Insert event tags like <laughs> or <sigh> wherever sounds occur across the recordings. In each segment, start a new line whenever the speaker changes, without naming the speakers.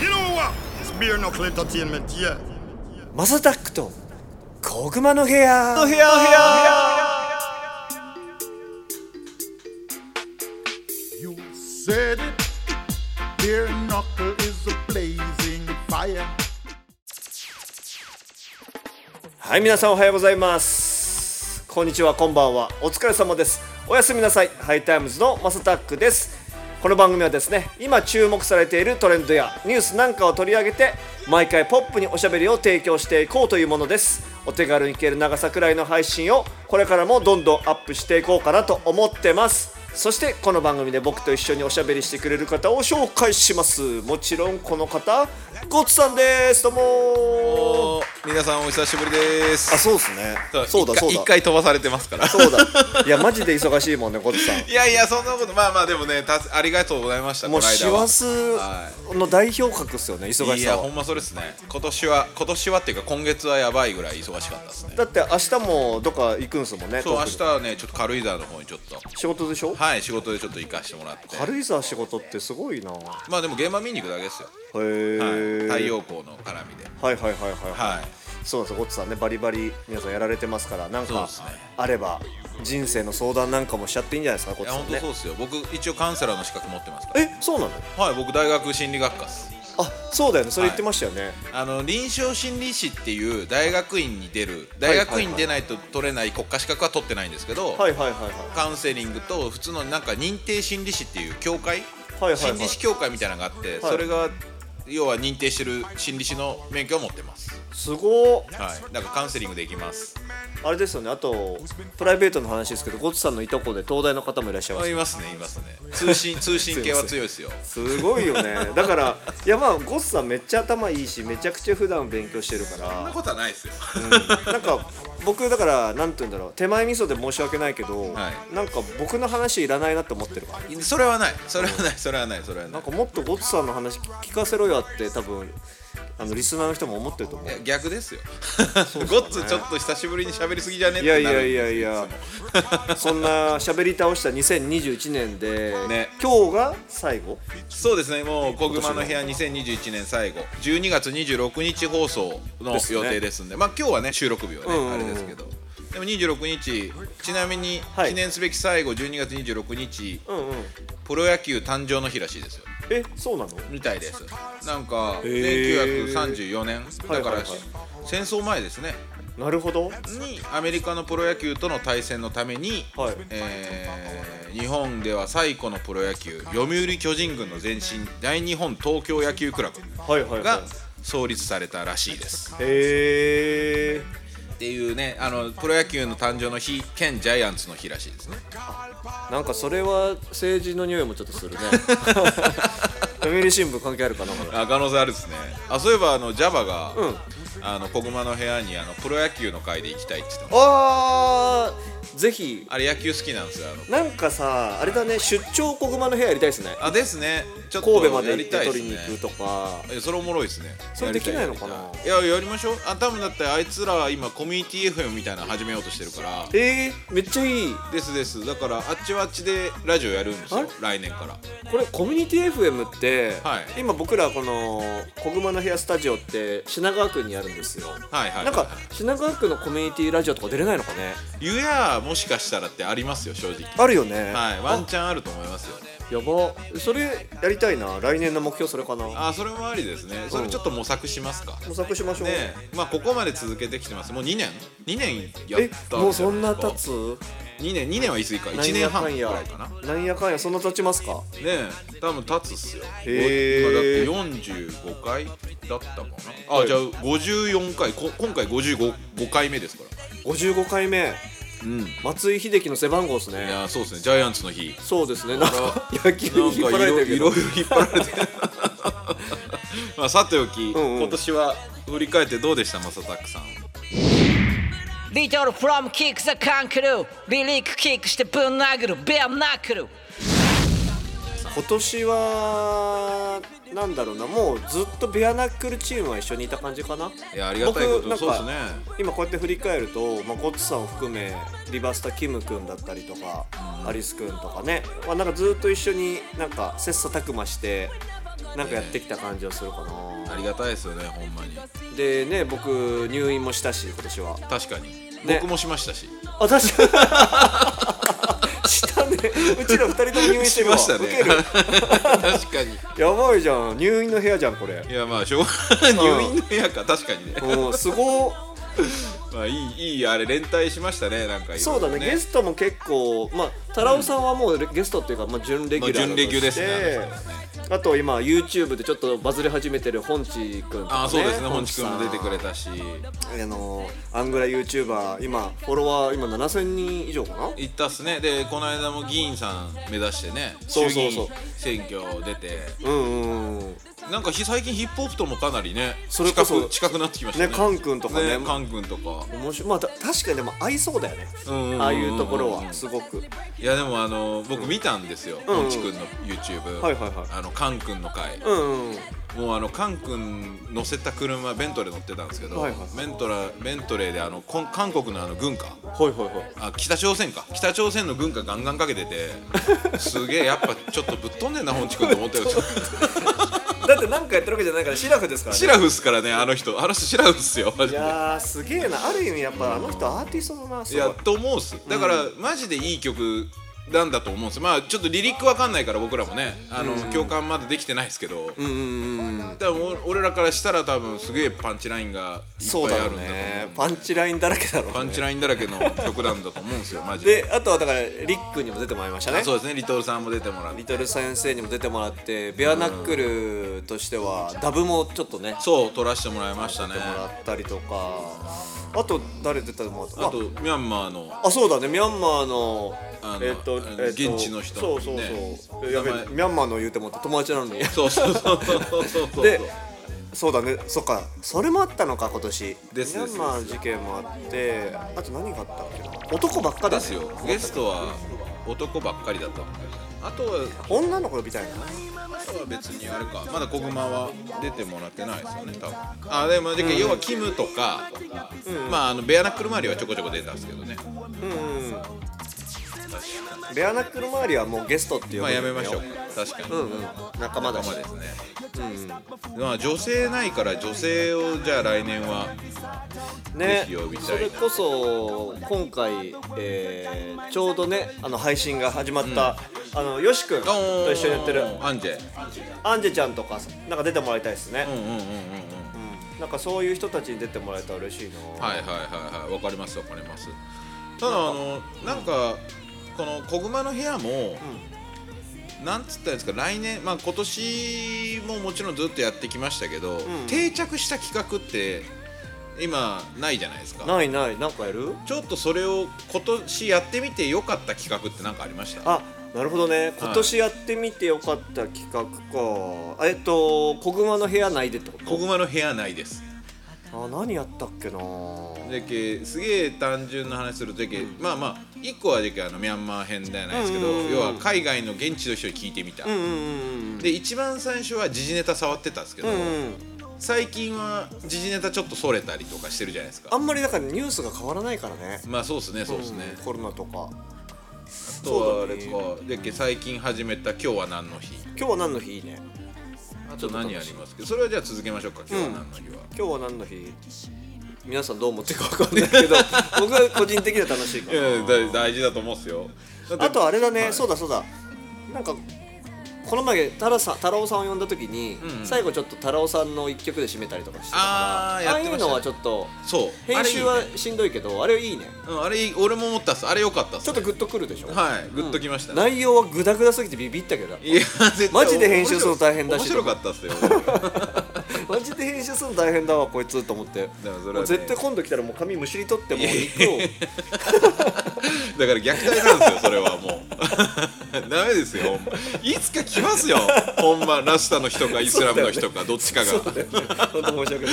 You know what? It's beer knuckle entertainment, yeah.
マサタックと小熊の部屋の部屋
You said it. Beer knuckle is a blazing fire.
はい皆さんおはようございますこんにちはこんばんはお疲れ様ですおやすみなさいハイタイムズのマサタックですこの番組はですね今注目されているトレンドやニュースなんかを取り上げて毎回ポップにおしゃべりを提供していこうというものですお手軽に聞ける長さくらいの配信をこれからもどんどんアップしていこうかなと思ってますそしてこの番組で僕と一緒におしゃべりしてくれる方を紹介しますもちろんこの方ゴッツさんですどうもー
皆さんお久しぶりです
あそうですねそうだ
一回
そうだ
一回飛ばされてますから
そうだ。いや、マジで忙しいもんね、コツさん。
いやいやそんなことまあまあでもねたありがとうございました
もう、
この
師
間は
走の代表格っすよね、忙
い
し
や
さ
ほ
は。
んまそれですね今年は今年はっていうか今月はやばいぐらい忙しかったですね
だって、明日もどっか行くんすもんね。
そう明
東
日
京
はねちょっと軽井沢の方にちょっと
仕事でしょ
はい仕事でちょっと行かしてもらって
軽井沢仕事ってすごいな。へ
まあでも現場見に行くだけですよ、はい、
え。
太陽光の絡みで
はいはいはいはい。
はい
そうなんですよ、コツさんね、バリバリ皆さんやられてますから、なん
そう
か
っすね
あれば、人生の相談なんかもしちゃっていいんじゃないですか、コ
い
ツさ
や本
ん
当
ね
そう。ですよ僕一応カウンセラーの資格持ってますから
え、そうなの
はい僕大学心理学科っす
あ、そうだよね、それ言ってましたよね。
あの臨床心理士っていう大学院に出る大学院出ないと取れない国家資格は取ってないんですけど、
はいはいはいはい。
カウンセリングと普通のなんか認定心理士っていう協会、
はいはいはい
心理士協会みたいなのがあって、
はい
それが要は認定してる心理士の免許を持ってます、
すごー。
はい、だからカウンセリングできます
あれですよねあとプライベートの話ですけどゴッツさんのいとこで東大の方もいらっしゃいま
あ
す
いますねいますね
<laughs>
通信通信系は強いですよ
すごいよ <laughs> ねだからいやまあゴッツさんめっちゃ頭いいしめちゃくちゃ普段勉強してるか
そんな
ら、
ことはないですよ
うんなんか僕だからなんて言うんだろう手前味噌で申し訳ないけど、
は
なんか僕の話いらないなって思ってるから
それはないそれはないそれはないそれはな
ないんかもっとゴッツさんの話聞かせろよって多分あのリスナーの人も思ってると思う
いや逆ですよゴッツちょっと久しぶりに喋りすぎじゃねっ
いや
て
い
なる
やいやいや <laughs> そんな喋り倒した2021年で、
ね
今日が最後
そうですね、もう「小熊の部屋」2021年最後12月26日放送の
ですね
予定ですんでまあ今日はね収録日はね、
うんうんうん
あれですけどでも26日ちなみに
はい
記念すべき最後12月26日、
うんうん
プロ野球誕生の日らしいですよ
えそうなの
みたいですなんか、ね、
へー
1934年
はい
だ
は
か
い
ら、
はい
戦争前ですね
なるほど
にアメリカのプロ野球との対戦のために、
はい
えー日本では最古のプロ野球読売巨人軍の前身大日本東京野球クラブ
はいはいはい
が創立されたらしいです。
へえ
っていうねあのプロ野球の誕生の日兼ジャイアンツの日らしいですね。
なんかそれは政治の匂いもちょっとす
<laughs>
るね読売新聞関係あるかなこれ
あ可能性あるですね。あそういえばあのジャバが、
うん
あの小熊の部屋にあのプロ野球の会で行きたいって言ってた
あーぜひ
あれ野球好きなんですよあの。
なんかさあれだね出張小熊の部屋やりたいですね
あですね。ちょっと
神戸まで
や
行
り
ったて
いで
取り
す
に
ね
行くとか
えそれおもろいですね
それできないのかな
やりたいやりたいいややりましょうあ多分だってあいつら今コミュニティ FM みたいなの始めようとしてるから
えー、めっちゃいい
ですですだからあっちはあっちでラジオやるんですよ来年から
これコミュニティ FM って、
はい
今僕らこの小熊の部屋スタジオって品川区にあるんですよ
はいはい
なんか品川区のコミュニティラジオとか出れないのかね
ゆやもしかしたらってありますよ正直
あるよね
はいワンチャンあると思いますよ
やばそれやりたいな来年の目標それかな
あそれもありですねそれちょっと模索しますか
模索しましょう、
ねえまあここまで続けてきてますもう2年2年やっ
え
た
もうそんな経つ
2年2年は言い過ぎか
なん
1
やか
年半
ん
ぐ
や
らいか
な
な
んやかんやそんな経ちますか
ねえ多分立つっすよ
へー
今だって45回だったかなあ、
はい
じゃあ54回こ今回55 5回目ですから
55回目
うんい
松井秀喜の背番号ですね
やそうですねジャイアンツ
<laughs>
の日
そうですねなんか
あ
野球に引っ張られてるけど
なんかいろいろ引っ張られてる <laughs> まあさておき、
んうん
今年は振り返ってどうでしたマサタックさん
Little from kick the kangaroo リリックキックしてぶん殴るベアナックル
今年はなんだろうなもうずっとベアナックルチームは一緒にいた感じかない
やありがたいこ
僕な
と
んか
そうですね
今こうやって振り返ると、まあ、ゴッツさんを含めリバスタキム君だったりとか、アリス君とかね、まあ、なんかずっと一緒になんか切磋琢磨してなんかやってきた感じはするか
あ
な
りがたいですよねほんまに
でね僕入院もしたし今年は
確かに
ね
僕もしまし
<laughs>
たし
あ確かに <laughs> したねうちら二人とも入院して
し
るわ
ました
ウ
ね
ケる
確かに
やばいじゃん入院の部屋じゃんこれ
いやまあしょうがない入院の部屋か確かにね
うんすごっ
まあいいいいあれ連帯しましたねなんかいろ
そ
いう
だ
ろ
ねゲストも結構まあ太郎さんはもうレゲストっていうか、まあ、準レギュラー
まあ準レギュ
と
で
し
す
て
ね
あと今 YouTube でちょっとバズり始めてる本地君とか、ね、
あそうですね本地
さ
君も出てくれたし
あのアングラ YouTuber 今フォロワー今7000人以上かな
行ったっすねでこの間も議員さん目指してね
そうそうそう
衆議院選挙出て
うんうんうん
なんかひ最近ヒップホップともかなりね
それこそ
近く近くなってきましたね
ねカン君とかね
カン君とか
面白いまあた確かにでも合いそうだよね
うんうんうんうん
ああいうところはすごく
いやでもあの僕見たんですよ、
うん
本地君の YouTube、
はいはいはい
あのカン君の回、
うんうん
もうあのカン君乗せた車ベントレー乗ってたんですけど、
はいはい
ベントラベントレーであのこん韓国のあの軍歌
ほいほいほい
あ北朝鮮か北朝鮮の軍歌ガンガンかけて
<laughs>
てすげえやっぱちょっとぶっ飛んでんな本地君と思ったよ
<laughs> だってなんかやってるわけじゃないからシラフですからね
シラフっすからねあの人あの人シラフっすよマ
い
ジで
やーすげえなある意味やっぱあの人アーティストだなす
い
ごい
やと思うっすだから、マジでいい曲なんだと思うんですまあちょっとリリックわかんないから僕らもねあの、共感まだできてないですけど、
うんうんうんうん
多分お俺らからしたら多分すげえパンチラインがいっ
そう
ぱい
だ
あ
よ
るんだと思う
ねパンチラインだらけだろうね
パンチラインだらけの曲なんだと思うんですよマジで
であとはだからリックにも出てもらいましたね
あそうですねリトルさんも出てもらって
リトル先生にも出てもらってベアナックルとしてはダブもちょっとね
そう撮らせてもらいましたね
もらったりとかあと誰出たのもらった
あとミャンマーの
あそうだねミャンマーの
あの
えっと
あの
えっと
現地の人
そうそう
ね
そうやべえ
名前
ミャンマーの言うてもらった友達なのに
そうそうそうそうそうそう
でそうだねそっかそれもあったのか今年
です
ミャンマーの事件もあってあと何があったっけな男ばっかだね
ですよゲストは男ばっかりだったと思うんですよあとは
女の子みたいな
あとは別にあれかまだ小熊は出てもらってないですよね多分あでもで要はキムとか、まああのベアナックル周りはちょこちょこ出たんですけどね
うんうんレアナックル周りはもうゲストっていう
まあやめましょうか確かに、
うんうん仲間だし
仲間ですね
う
まあ女性ないから女性をじゃあ来年は
ん、ね
ぜひ呼びたい
それこそ今回、えーちょうどねあの配信が始まった、あのよし君と一緒にやってる
アンジェ
アンジェちゃんとかなんか出てもらいたいですね
うん、うんうんうんうん
なんかそういう人たちに出てもらえたら嬉しいな、
はいはいはいはいわかりますわかりますただあのなんかこの小熊の部屋も、なんつったらいいんですか来年まあ今年ももちろんずっとやってきましたけど、定着した企画って今ないじゃないですか
ないないなんかやる
ちょっとそれを今年やってみて良かった企画って何かありました
あなるほどね今年やってみてよかった企画か、えっと「小熊の部屋内で」ってこと
小熊の部屋ないです
あ何やったっけな
でけすげえ単純な話するとけ、まあまあ一個はでけあのミャンマー編じゃないですけど、要は海外の現地の人に聞いてみた、
うんうん
で一番最初は時事ネタ触ってたんですけど、
うんうん
最近は時事ネタちょっとそれたりとかしてるじゃないです
あ
か
んまりだからニュースが変わらないからね
まあそうですねそうですね、
んコロナとか
あとはあれ
そう
かでけ最近始めた「今日は何の日
今日は何の日いいね」
あと何ありますけどそれはじゃあ続けましょうか「今日は何の日は」
今日は何の日皆さんどう思ってるか分かんないけど <laughs> 僕は個人的には楽しいか
いやいや
ら
だ大事だと思うんですよだって
あとあれだね、
はい
そうだそうだなんかこの前太郎さん太郎さんを呼んだ時に、
うん
最後ちょっと太郎さんの一曲で締めたりとかしてたから
あーやって
ああいう
ましたね
のはちょっと
そう
編
あれいい
集
ね
はしんどいけどあれいいね
うんあれいい俺も思ったっすあれ良かったっす
ちょっとグッとくるでしょ、
はいグッときましたね
内容はグダグダすぎてビビったけど
<laughs> いや絶対
マジで編集するの大変だし
面白かったっすよだか
<laughs> マジで編集するの大変だわこいつと思って、
らそれはね
もう絶対今度来たらもう髪むしり取ってもう肉を
ら虐待なんですよそれはもう <laughs> ダメですよほんまいつか来ますよほんまラスタの人かイスラムの人かどっちかが、
<laughs> 本当申し訳ないで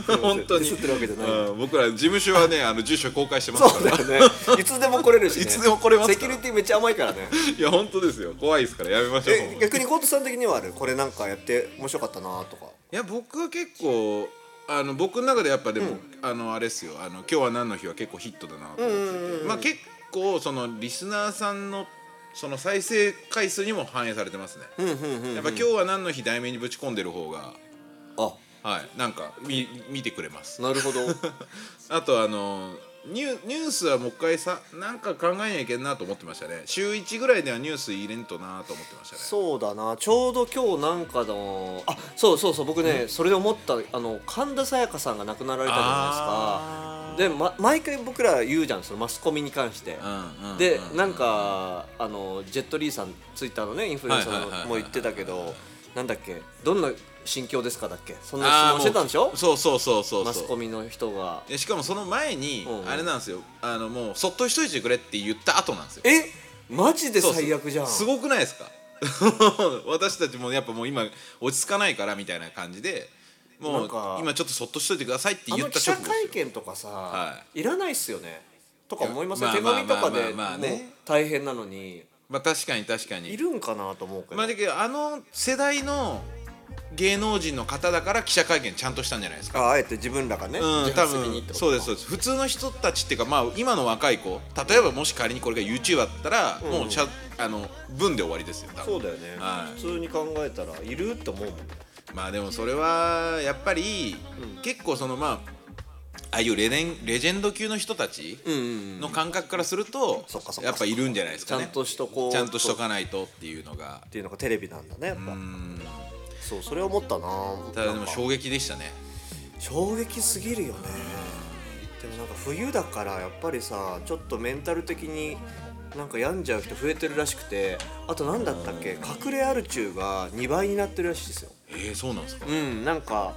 す
<laughs> 本当に
すってるわけじゃない、
うん僕ら事務所はねあの住所公開してます
そう
か
だ
ら
よねいつでも来れるし、ね、
<laughs> いつでも来れますか
セ
ら
キュリティめっちゃ甘いからね
<laughs> <laughs> いや本当ですよ怖いですからやめましょうほん
え
ま
逆にコートさん的にはあるこれなんかやって面白かったなとか
いや僕は結構あの僕の中でやっぱでも、あのあれですよあの今日は何の日は結構ヒットだなと思ってて、まあ結構そのリスナーさんのその再生回数にも反映されてますねやっぱ今日は何の日題名にぶち込んでる方が
あ
はいなんか見見てくれます
なるほど
あとあのニュニュースはもう一回さなんか考えなきゃいけんなと思ってましたね週1ぐらいではニュース入れんとなと思ってましたね
<laughs> そうだなちょうど今日なんかのあそうそうそう僕ね、それで思ったあの神田沙也加さんが亡くなられたじゃないですかで、ま、毎回僕ら言うじゃんそのマスコミに関して。
うんうん
で
うん
なんかあのジェットリーさんツイッターのねインフルエンサ
はいはいはいは
ー
い
も言ってたけどなんだっけどんな心境ですかだっけそんな質
あー
問してたんでし
も
ょ
うそうそうそうそうそう
マスコミの人が
でしかもその前に
うんうん
あれなんですよあのもうそっとしといてくれって言った後なんですよ
えマジで
そうそう
最悪じゃん
すごくないですか <laughs> 私たちもやっぱもう今落ち着かないからみたいな感じでも
な
うん
か
今ちょっとそっとしといてくださいって
あ
言
の
った
記
直
者
後ですよ
会見とかさ、、
はい
らないっすよねとか思いません、
いや
手紙とかで
まあまあまあまあね
もう大変なのに
まあ確かに確か
い
に
るんかなと思うけど、
まあだけどあの世代の芸能人の方だから記者会見ちゃんとしたんじゃないですか
あ、あえて自分らがね、
うん
自
多
発的に
分
ってこと
そうですそうです普通の人たちっていうかまあ今の若い子例えばもし仮にこれが YouTuber だったら、もうしゃあの文で終わりですよ多
そ
分
うだよね、
はい
普通に考えたらいるって思うもん
まあでもそれはやっぱり、結構そのまあああいうレジェンレジェンド級の人たちの感覚からすると、
そっかそっか
やっぱいるんじゃないです
ち
か
ゃ
ね
んとしとこう
ちゃんとしとかないとっていうのが
っていうのがテレビなんだねやっぱそうそれ思ったな
ただで
なん
も
か
衝撃でしたね
衝撃すぎるよねでもなんか冬だからやっぱりさちょっとメンタル的になんか病んじゃう人増えてるらしくてあと何だったっけ隠れアル中が2倍になってるらしいですよ
えー、そうなんですか、
うんなんか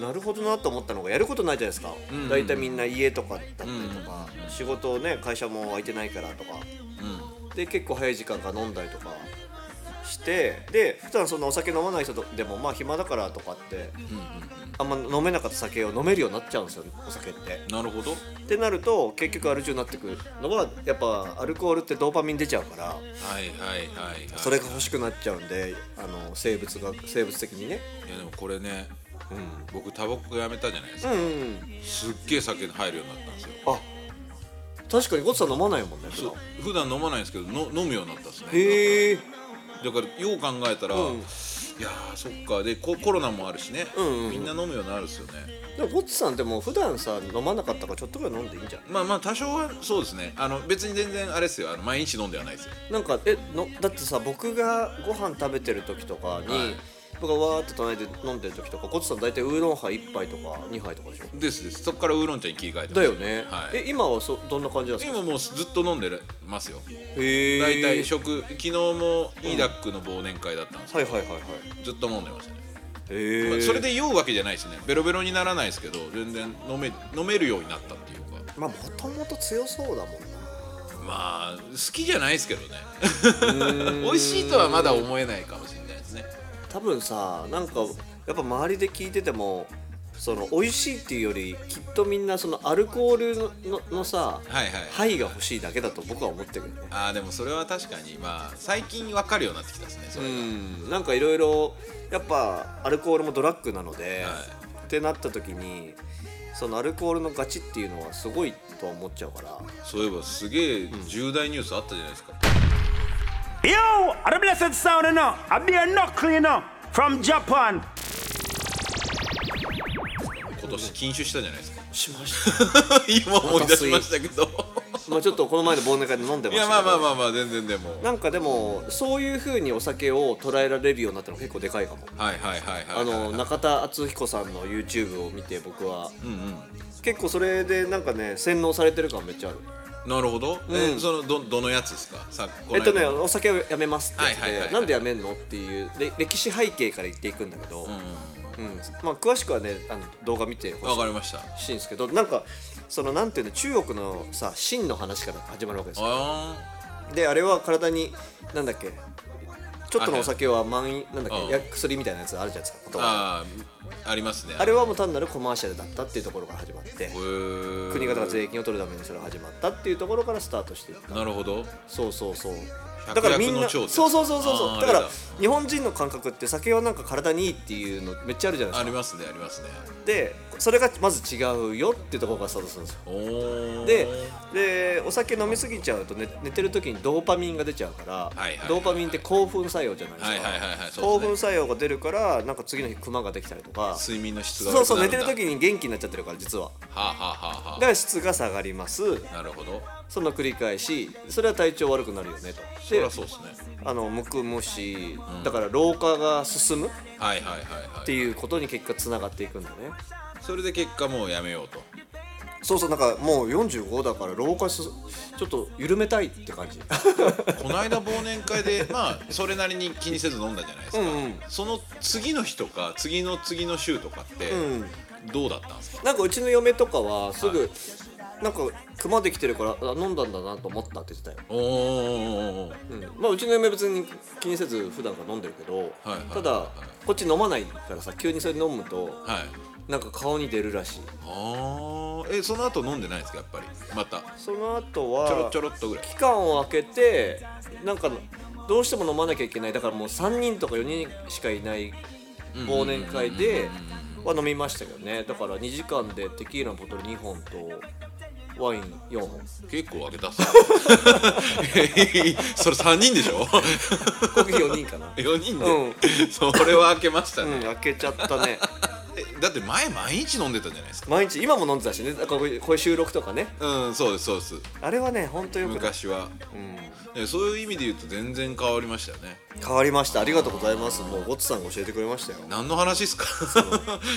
なるほどなと思ったのがやることないじゃないですか、大体みんな家とかだったりとか、仕事ね会社も空いてないからとかで結構早い時間から飲んだりとかしてで普段そんなお酒飲まない人とでもまあ暇だからとかって、あんま飲めなかった酒を飲めるようになっちゃうんですよお酒って。
なるほど
ってなると結局アル中になってくるのはやっぱアルコールってドーパミン出ちゃうから
はいはいはい、はい、
それが欲しくなっちゃうんであの生物が生物的にね。
いやでもこれね、僕タバコやめたじゃないです
う
か、
んうん、
すっげえ酒入るようになったんですよ
あ確かにゴツさん飲まないもんね普
そ
段
う普段飲まないんですけどの飲むようになったんですね
へえ
だからよう考えたら、
うん
いやーそっかでココロナもあるしね、
んうんうん
みんな飲むようになるっすよね
でもゴツさんでも普段さ飲まなかったからちょっとぐらい飲んでいいんじゃん
まあまあ多少はそうですねあの別に全然あれですよあの毎日飲んではないですよ
なんかえのだってさ僕がご飯食べてる時とかに、
はい
僕がわーっと隣で飲んでる時とかゴツさん大体ウーロンハイ1杯とか2杯とかでしょ
ですですそっからウーロン茶に切り替えてます
だよね、
はい
え今はそどんな感じなんですか
今もうずっと飲んでますよ
へえ
大体食昨日もイーダックの忘年会だったんですけ
はい
ど、
はいはいはい
ずっと飲んでましたね、
へ
ま
え
あそれで酔うわけじゃないですねベロベロにならないですけど全然飲め飲めるようになったっていうか
まあもともと強そうだもんな
まあ好きじゃないですけどね <laughs> 美味しいとはまだ思えないかもしれないですね
多分さなんかやっぱ周りで聞いててもその美味しいっていうよりきっとみんなそのアルコールのののさ
はいはい
範囲が欲しいだけだと僕は思ってるけどね
ああでもそれは確かにまあ最近分かるようになってきたですねそれ
う
が、
んなんかいろいろやっぱアルコールもドラッグなので、
は
ってなった時にそのアルコールのガチっていうのはすごいとは思っちゃうから
そういえばすげえ重大ニュースあったじゃないですか、
Yo, are the blessed sound now. I be a knuckle, you know, from Japan.
今年禁酒したじゃないですか
しました
<laughs> 今思い出しましたけど
まあちょっとこの前の忘年会で飲んでましたけど
いやまあまあまあまあ全然でも
なんかでもそういう風にお酒を捉えられるようになったの結構でかいかも
はいはいはいはい
あの
はい
中田敦彦さんの YouTube を見て僕は、結構それでなんかね洗脳されてる感めっちゃある
なるほど、
う
え
ん
そのどどのやつですかさこ
えっ
の
と
間
ねお酒をやめますって言って、
はいはいはいはい
なんでやめんのっていうれ歴史背景から言っていくんだけど、うんまあ、詳しくはねあの動画見てほ
わ
し
かりました
いんですけどなんかそのなんていうの中国のさ秦の話から始まるわけですよ
あ
であれは体になんだっけちょっとのお酒は満員なんだっ
うん
けや薬みたいなやつあるじゃないですか
ー
言葉
あーありますね
あれはもう単なるコマーシャルだったっていうところから始まって
へー
国がだから税金を取るためにそれが始まったっていうところからスタートしていった
なるほど
そうそうそうだからみんな
百薬の長
そう
って
そうそうそうそ
あ
う
ー
だか
あれ
ら日本人の感覚って酒はなんか体にいいっていうのめっちゃあるじゃない
あ
で
り
すか
ますねありますね
でそれがまず違うよってところがスタートするんですよ
おー
ででお酒飲みすぎちゃうと寝寝てる時にドーパミンが出ちゃうから、
はいはいはい
ドーパミンって興奮作用じゃないですか、
はいはいはいはいそうですね
興奮作用が出るからなんか次の日クマができたりとか
睡眠の質が
そうそう寝てる
悪くな
時
んだ
に元気になっちゃってるから実は
はあ、はあはあ
だか
は
ら質が下がります
あ、なるほど
その繰り返しそれは体調悪くなるよねと
そり
で
ゃそうですね
あのむくむし、だから老化が進むっ
はいはいはいは
て
い
いうことに結果つながっていくんだね
それで結果もうやめよ
<laughs>
うと
そうそうなんかもう45だから老化すちょっと緩めたいって感じ
この間忘年会でまあそれなりに気にせず飲んだじゃないですか、
うんうん
その次の日とか次の次の週とかって
ん
どうだったんです
<laughs>
か、
なんかうちの嫁とかはすぐ、なんか熊できてるからあ飲んだんだなと思ったって言ってたよ、
おーおーおーおー
うんまあうちの嫁別に気にせず普段から飲んでるけど、
はいはい
ただこっち飲まないからさ急にそれ飲むと
はい
なんか顔に出るらしい
あーえその後飲んでないんですかやっぱりまた
その後
ちょろ
は
ちょろっとぐらい
期間を空けてなんかどうしても飲まなきゃいけないだからもう3人とか4人しかいない忘年会では飲みましたけどねだから2時間でテキーラのボトル2本とワイン4本
結構開けたっすね <laughs> それ3人でしょ <laughs>
コーヒー4人かな
4人で、
う
それは開けました
うん
ね、
開けちゃったね
えだって前毎日飲んでたじゃないですか
毎日今も飲んでたしねだからこういうこういう収録とかね
うんそうですそうです
あれはねほんとよくない
昔は、ねそういう意味で言うと全然変わりましたよね
変わりましたありがとうございますもうゴッツさんが教えてくれましたよ
何の話ですか <laughs>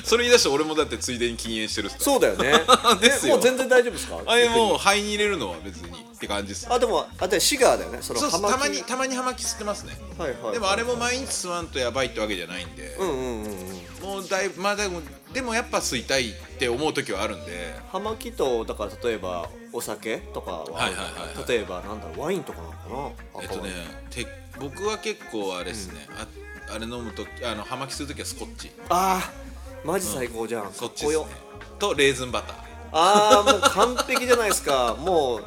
それ言い出して俺もだってついでに禁煙してるっすから
そうだよね
<laughs> です
え
よ
もう全然大丈夫ですか
あれもう
う
肺に入れるのは別にって感じっす
あでもあとシガーだよねその
そうっす
葉巻
たまにたまに葉巻吸ってますね
はいはいはい
でもあれも毎日吸わんとやばいってわけじゃないんで、
うんうんうんうん
もうだいぶまあでもでもやっぱ吸いたいって思う時はあるんで
葉巻とだから例えばお酒とかは,、
はいはいはいはい
例えばなんだろうワインとかなのかな
えっとねて僕は結構あれですね、ああれ飲む時あの葉巻する時はスコッチ
ああーマジ最高じゃん、か
スコ
っ
ッチ
こ
です
よ
ねとレーズンバター <laughs>
ああもう完璧じゃないですかもう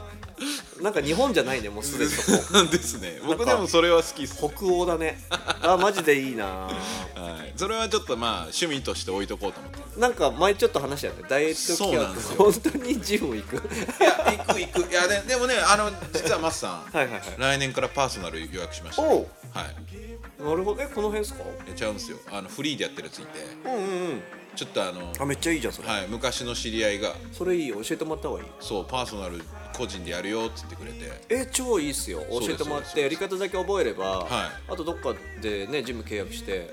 なんか日本じゃないねもうすでにそこ
ですね僕でもそれは好きっす、
北欧だねあーマジでいいな
はい、それはちょっとまあ趣味として置いとこうと
<laughs>
思って
なんか前ちょっと話したよねダイエット
そう
ケ
なんですよ
アって本当にジム行く
いや行く行くいやででもねあの実はマスさ
<laughs>
ん
はいはいはい
来年からパーソナル予約しました、
お
はい
<laughs>
う
なるほどえこの辺ですか
いやちゃうんですよあのフリーでやってるやついて
うんうんうん
ちょっとあの
あめっちゃいいじゃんそれ、
はい、昔の知り合いが
それいいよ教えてもらった方がいい
そうパーソナル個人でやるよっつってくれて
え超いいっすよ
うです
教えてもらっ
そうです
てやり方だけ覚えれば、
は
あとどっかでねジム契約して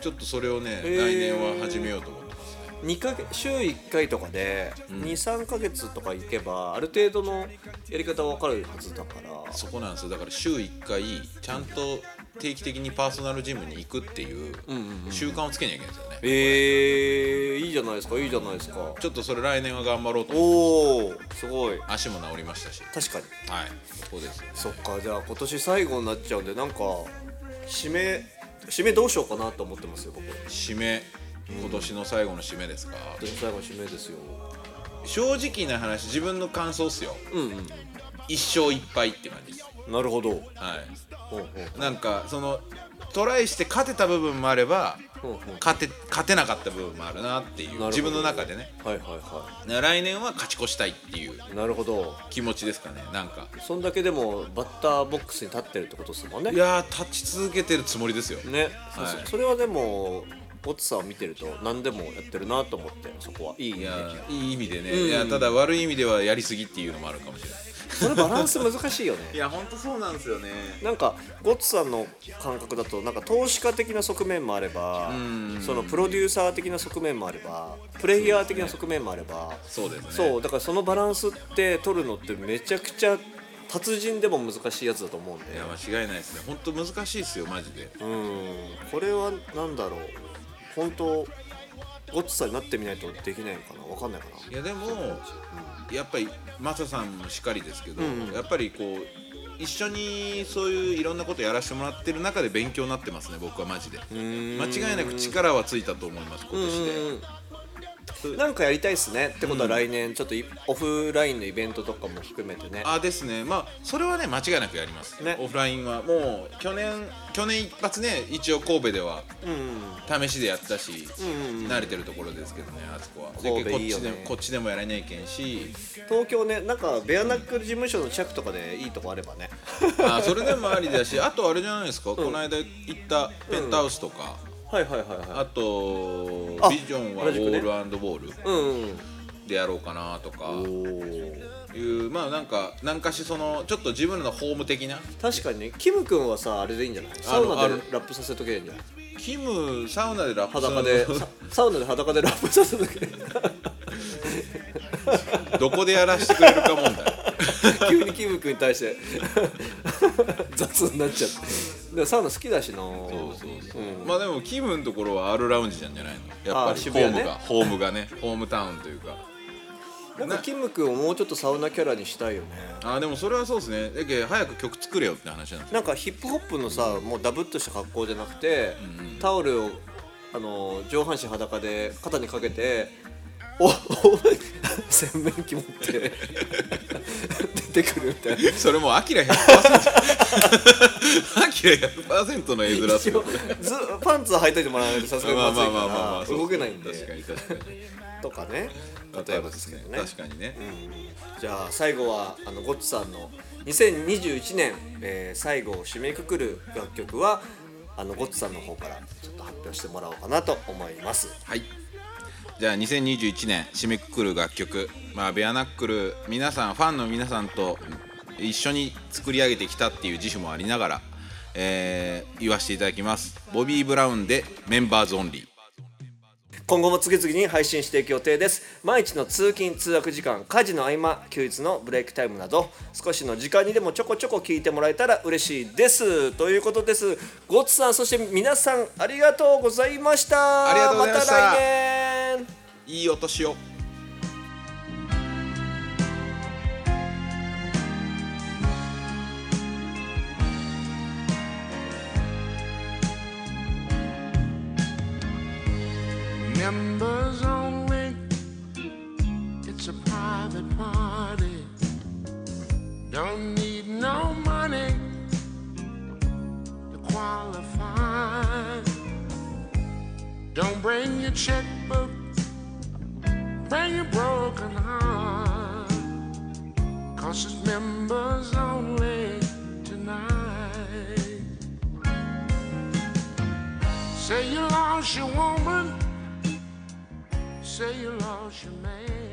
ちょっとそれをね来
ー
年は始めようと思ってますね
2ヶ月週1回とかで23ヶ月とか行けばある程度のやり方は分かるはずだから
そこなんですよだから週1回ちゃんと定期的にパーソナルジムに行くっていう習慣をつけなきゃいけないんですよね、
えー、いいじゃないですかいいじゃないですか
ちょっとそれ来年は頑張ろうと思っ
お
て
おすごい
足も治りましたしはい
確かに
そうです
そっかじゃあ今年最後になっちゃうんでなんか締め締めどうしようかなと思ってますよ僕今
締め今年の最後の締めですか、
年最後の締めですよ
正直な話自分の感想っすよ、一生いっぱいって感じです
なるほど
はい
ほうほう
なんかそのトライして勝てた部分もあれば
ほうほう
勝て勝てなかった部分もあるなってい
な
う
るほど
自分の中でね
はいはいは
来年は勝ち越したいっていう
いなるほど
気持ちですかねなんか
そんだけでもバッターボックスに立ってるってことですもんね
いやー立ち続けてるつもりですよ
ね、
はい
そそれはでもボッツさんを見てると何でもやってるなと思ってそこはいい
い
ね
やーいい意味でね、いやーただ悪い意味ではやりすぎっていうのもあるかもしれない
それバランス難しいよ
い
ね
や本当そうなんですよね
なんかゴッツさんの感覚だとなんか投資家的な側面もあればそのプロデューサー的な側面もあればプレイヤー的な側面もあれば
そうですね
そうだからそのバランスって取るのってめちゃくちゃ達人でも難しいやつだと思うんで
いや間違いないですね本当難しいですよマジで
うんこれは何だろう本当ゴッツさんになってみないとできないのかなわかんないかない
やでもやっぱりマサさんもしっかりですけど、やっぱりこう一緒にそういういろんなことやらせてもらってる中で勉強になってますね僕はマジで間違いなく力はついたと思います今年で
なんかやりたいですねってことは来年ちょっといオフラインのイベントとかも含めてね
あですねまあそれはね間違いなくやります、
ね
オフラインはもう去年去年一発ね一応神戸では試しでやったし、慣れてるところですけどねあそこは
神戸いいよね
でこっちでこっちでもやらないけんし
東京ねなんかベアナックル事務所の近くとかでいいとこあればね
あそれでもありだしあとあれじゃないですか、この間行ったペンタハウスとか、
はいはいはいは
あと
あ
ビジョンはオ
同じくね
ールアンドボール
いうんうん
でやろうかなとか
おー
いうまあなんか何かしそのちょっと自分らのホーム的な
確かにねキム君はさあれでいいんじゃないサウナ
あ
で
の
ラップさせとけばいいんじゃない
キムサウナでラップする
裸でササウナで裸でラップさせとけ <laughs>
どこでやらせてくれるか
<laughs>
問題
急にキム君に対して <laughs> 雑になっちゃってでもサウナ好きだしな
そうそうそうまあでもキムのところは R ラウンジなんじゃないのやっぱ
あ
り
渋
ホ
谷
ー
ね
ムがホームがねホームタウンというか
なんかキム君をもうちょっとサウナキャラにしたいよね
あでもそれはそうですねだけど早く曲作れよって話なんですよ
なんかヒップホップのさもうダブっとした格好じゃなくて、タオルをあの上半身裸で肩にかけておお洗面器持って出てくるみたいな。
<laughs> それもうアキラ100%アキラ100%の絵面っす
一応
よ
ずパンツは履いといてもらわないとさすがにま
まあ
ずい
まあまあまあま
か
あ
ら動けないん
確か
で
に確かに
とかね例えばですけどね
確かにね
じゃあ最後はあのゴッツさんの2021年、えー最後を締めくくる楽曲はあのゴッツさんの方からちょっと発表してもらおうかなと思います
はいじゃあ2021年締めくくる楽曲まあベアナックル皆さんファンの皆さんと一緒に作り上げてきたっていう自負もありながら、えー言わせていただきますボビー・ブラウンでメンバーズオンリー
今後も次々に配信していく予定です毎日の通勤通学時間家事の合間休日のブレイクタイムなど少しの時間にでもちょこちょこ聞いてもらえたら嬉しいですということですゴッツさんそして皆さんありがとうございました
ありがとうございました
また来年
いいお年を
Members only. It's a private party. Don't need no money to qualify. Don't bring your checkbook. Bring your broken heart. Cause it's members only tonight. Say you lost your woman. Say you lost your man.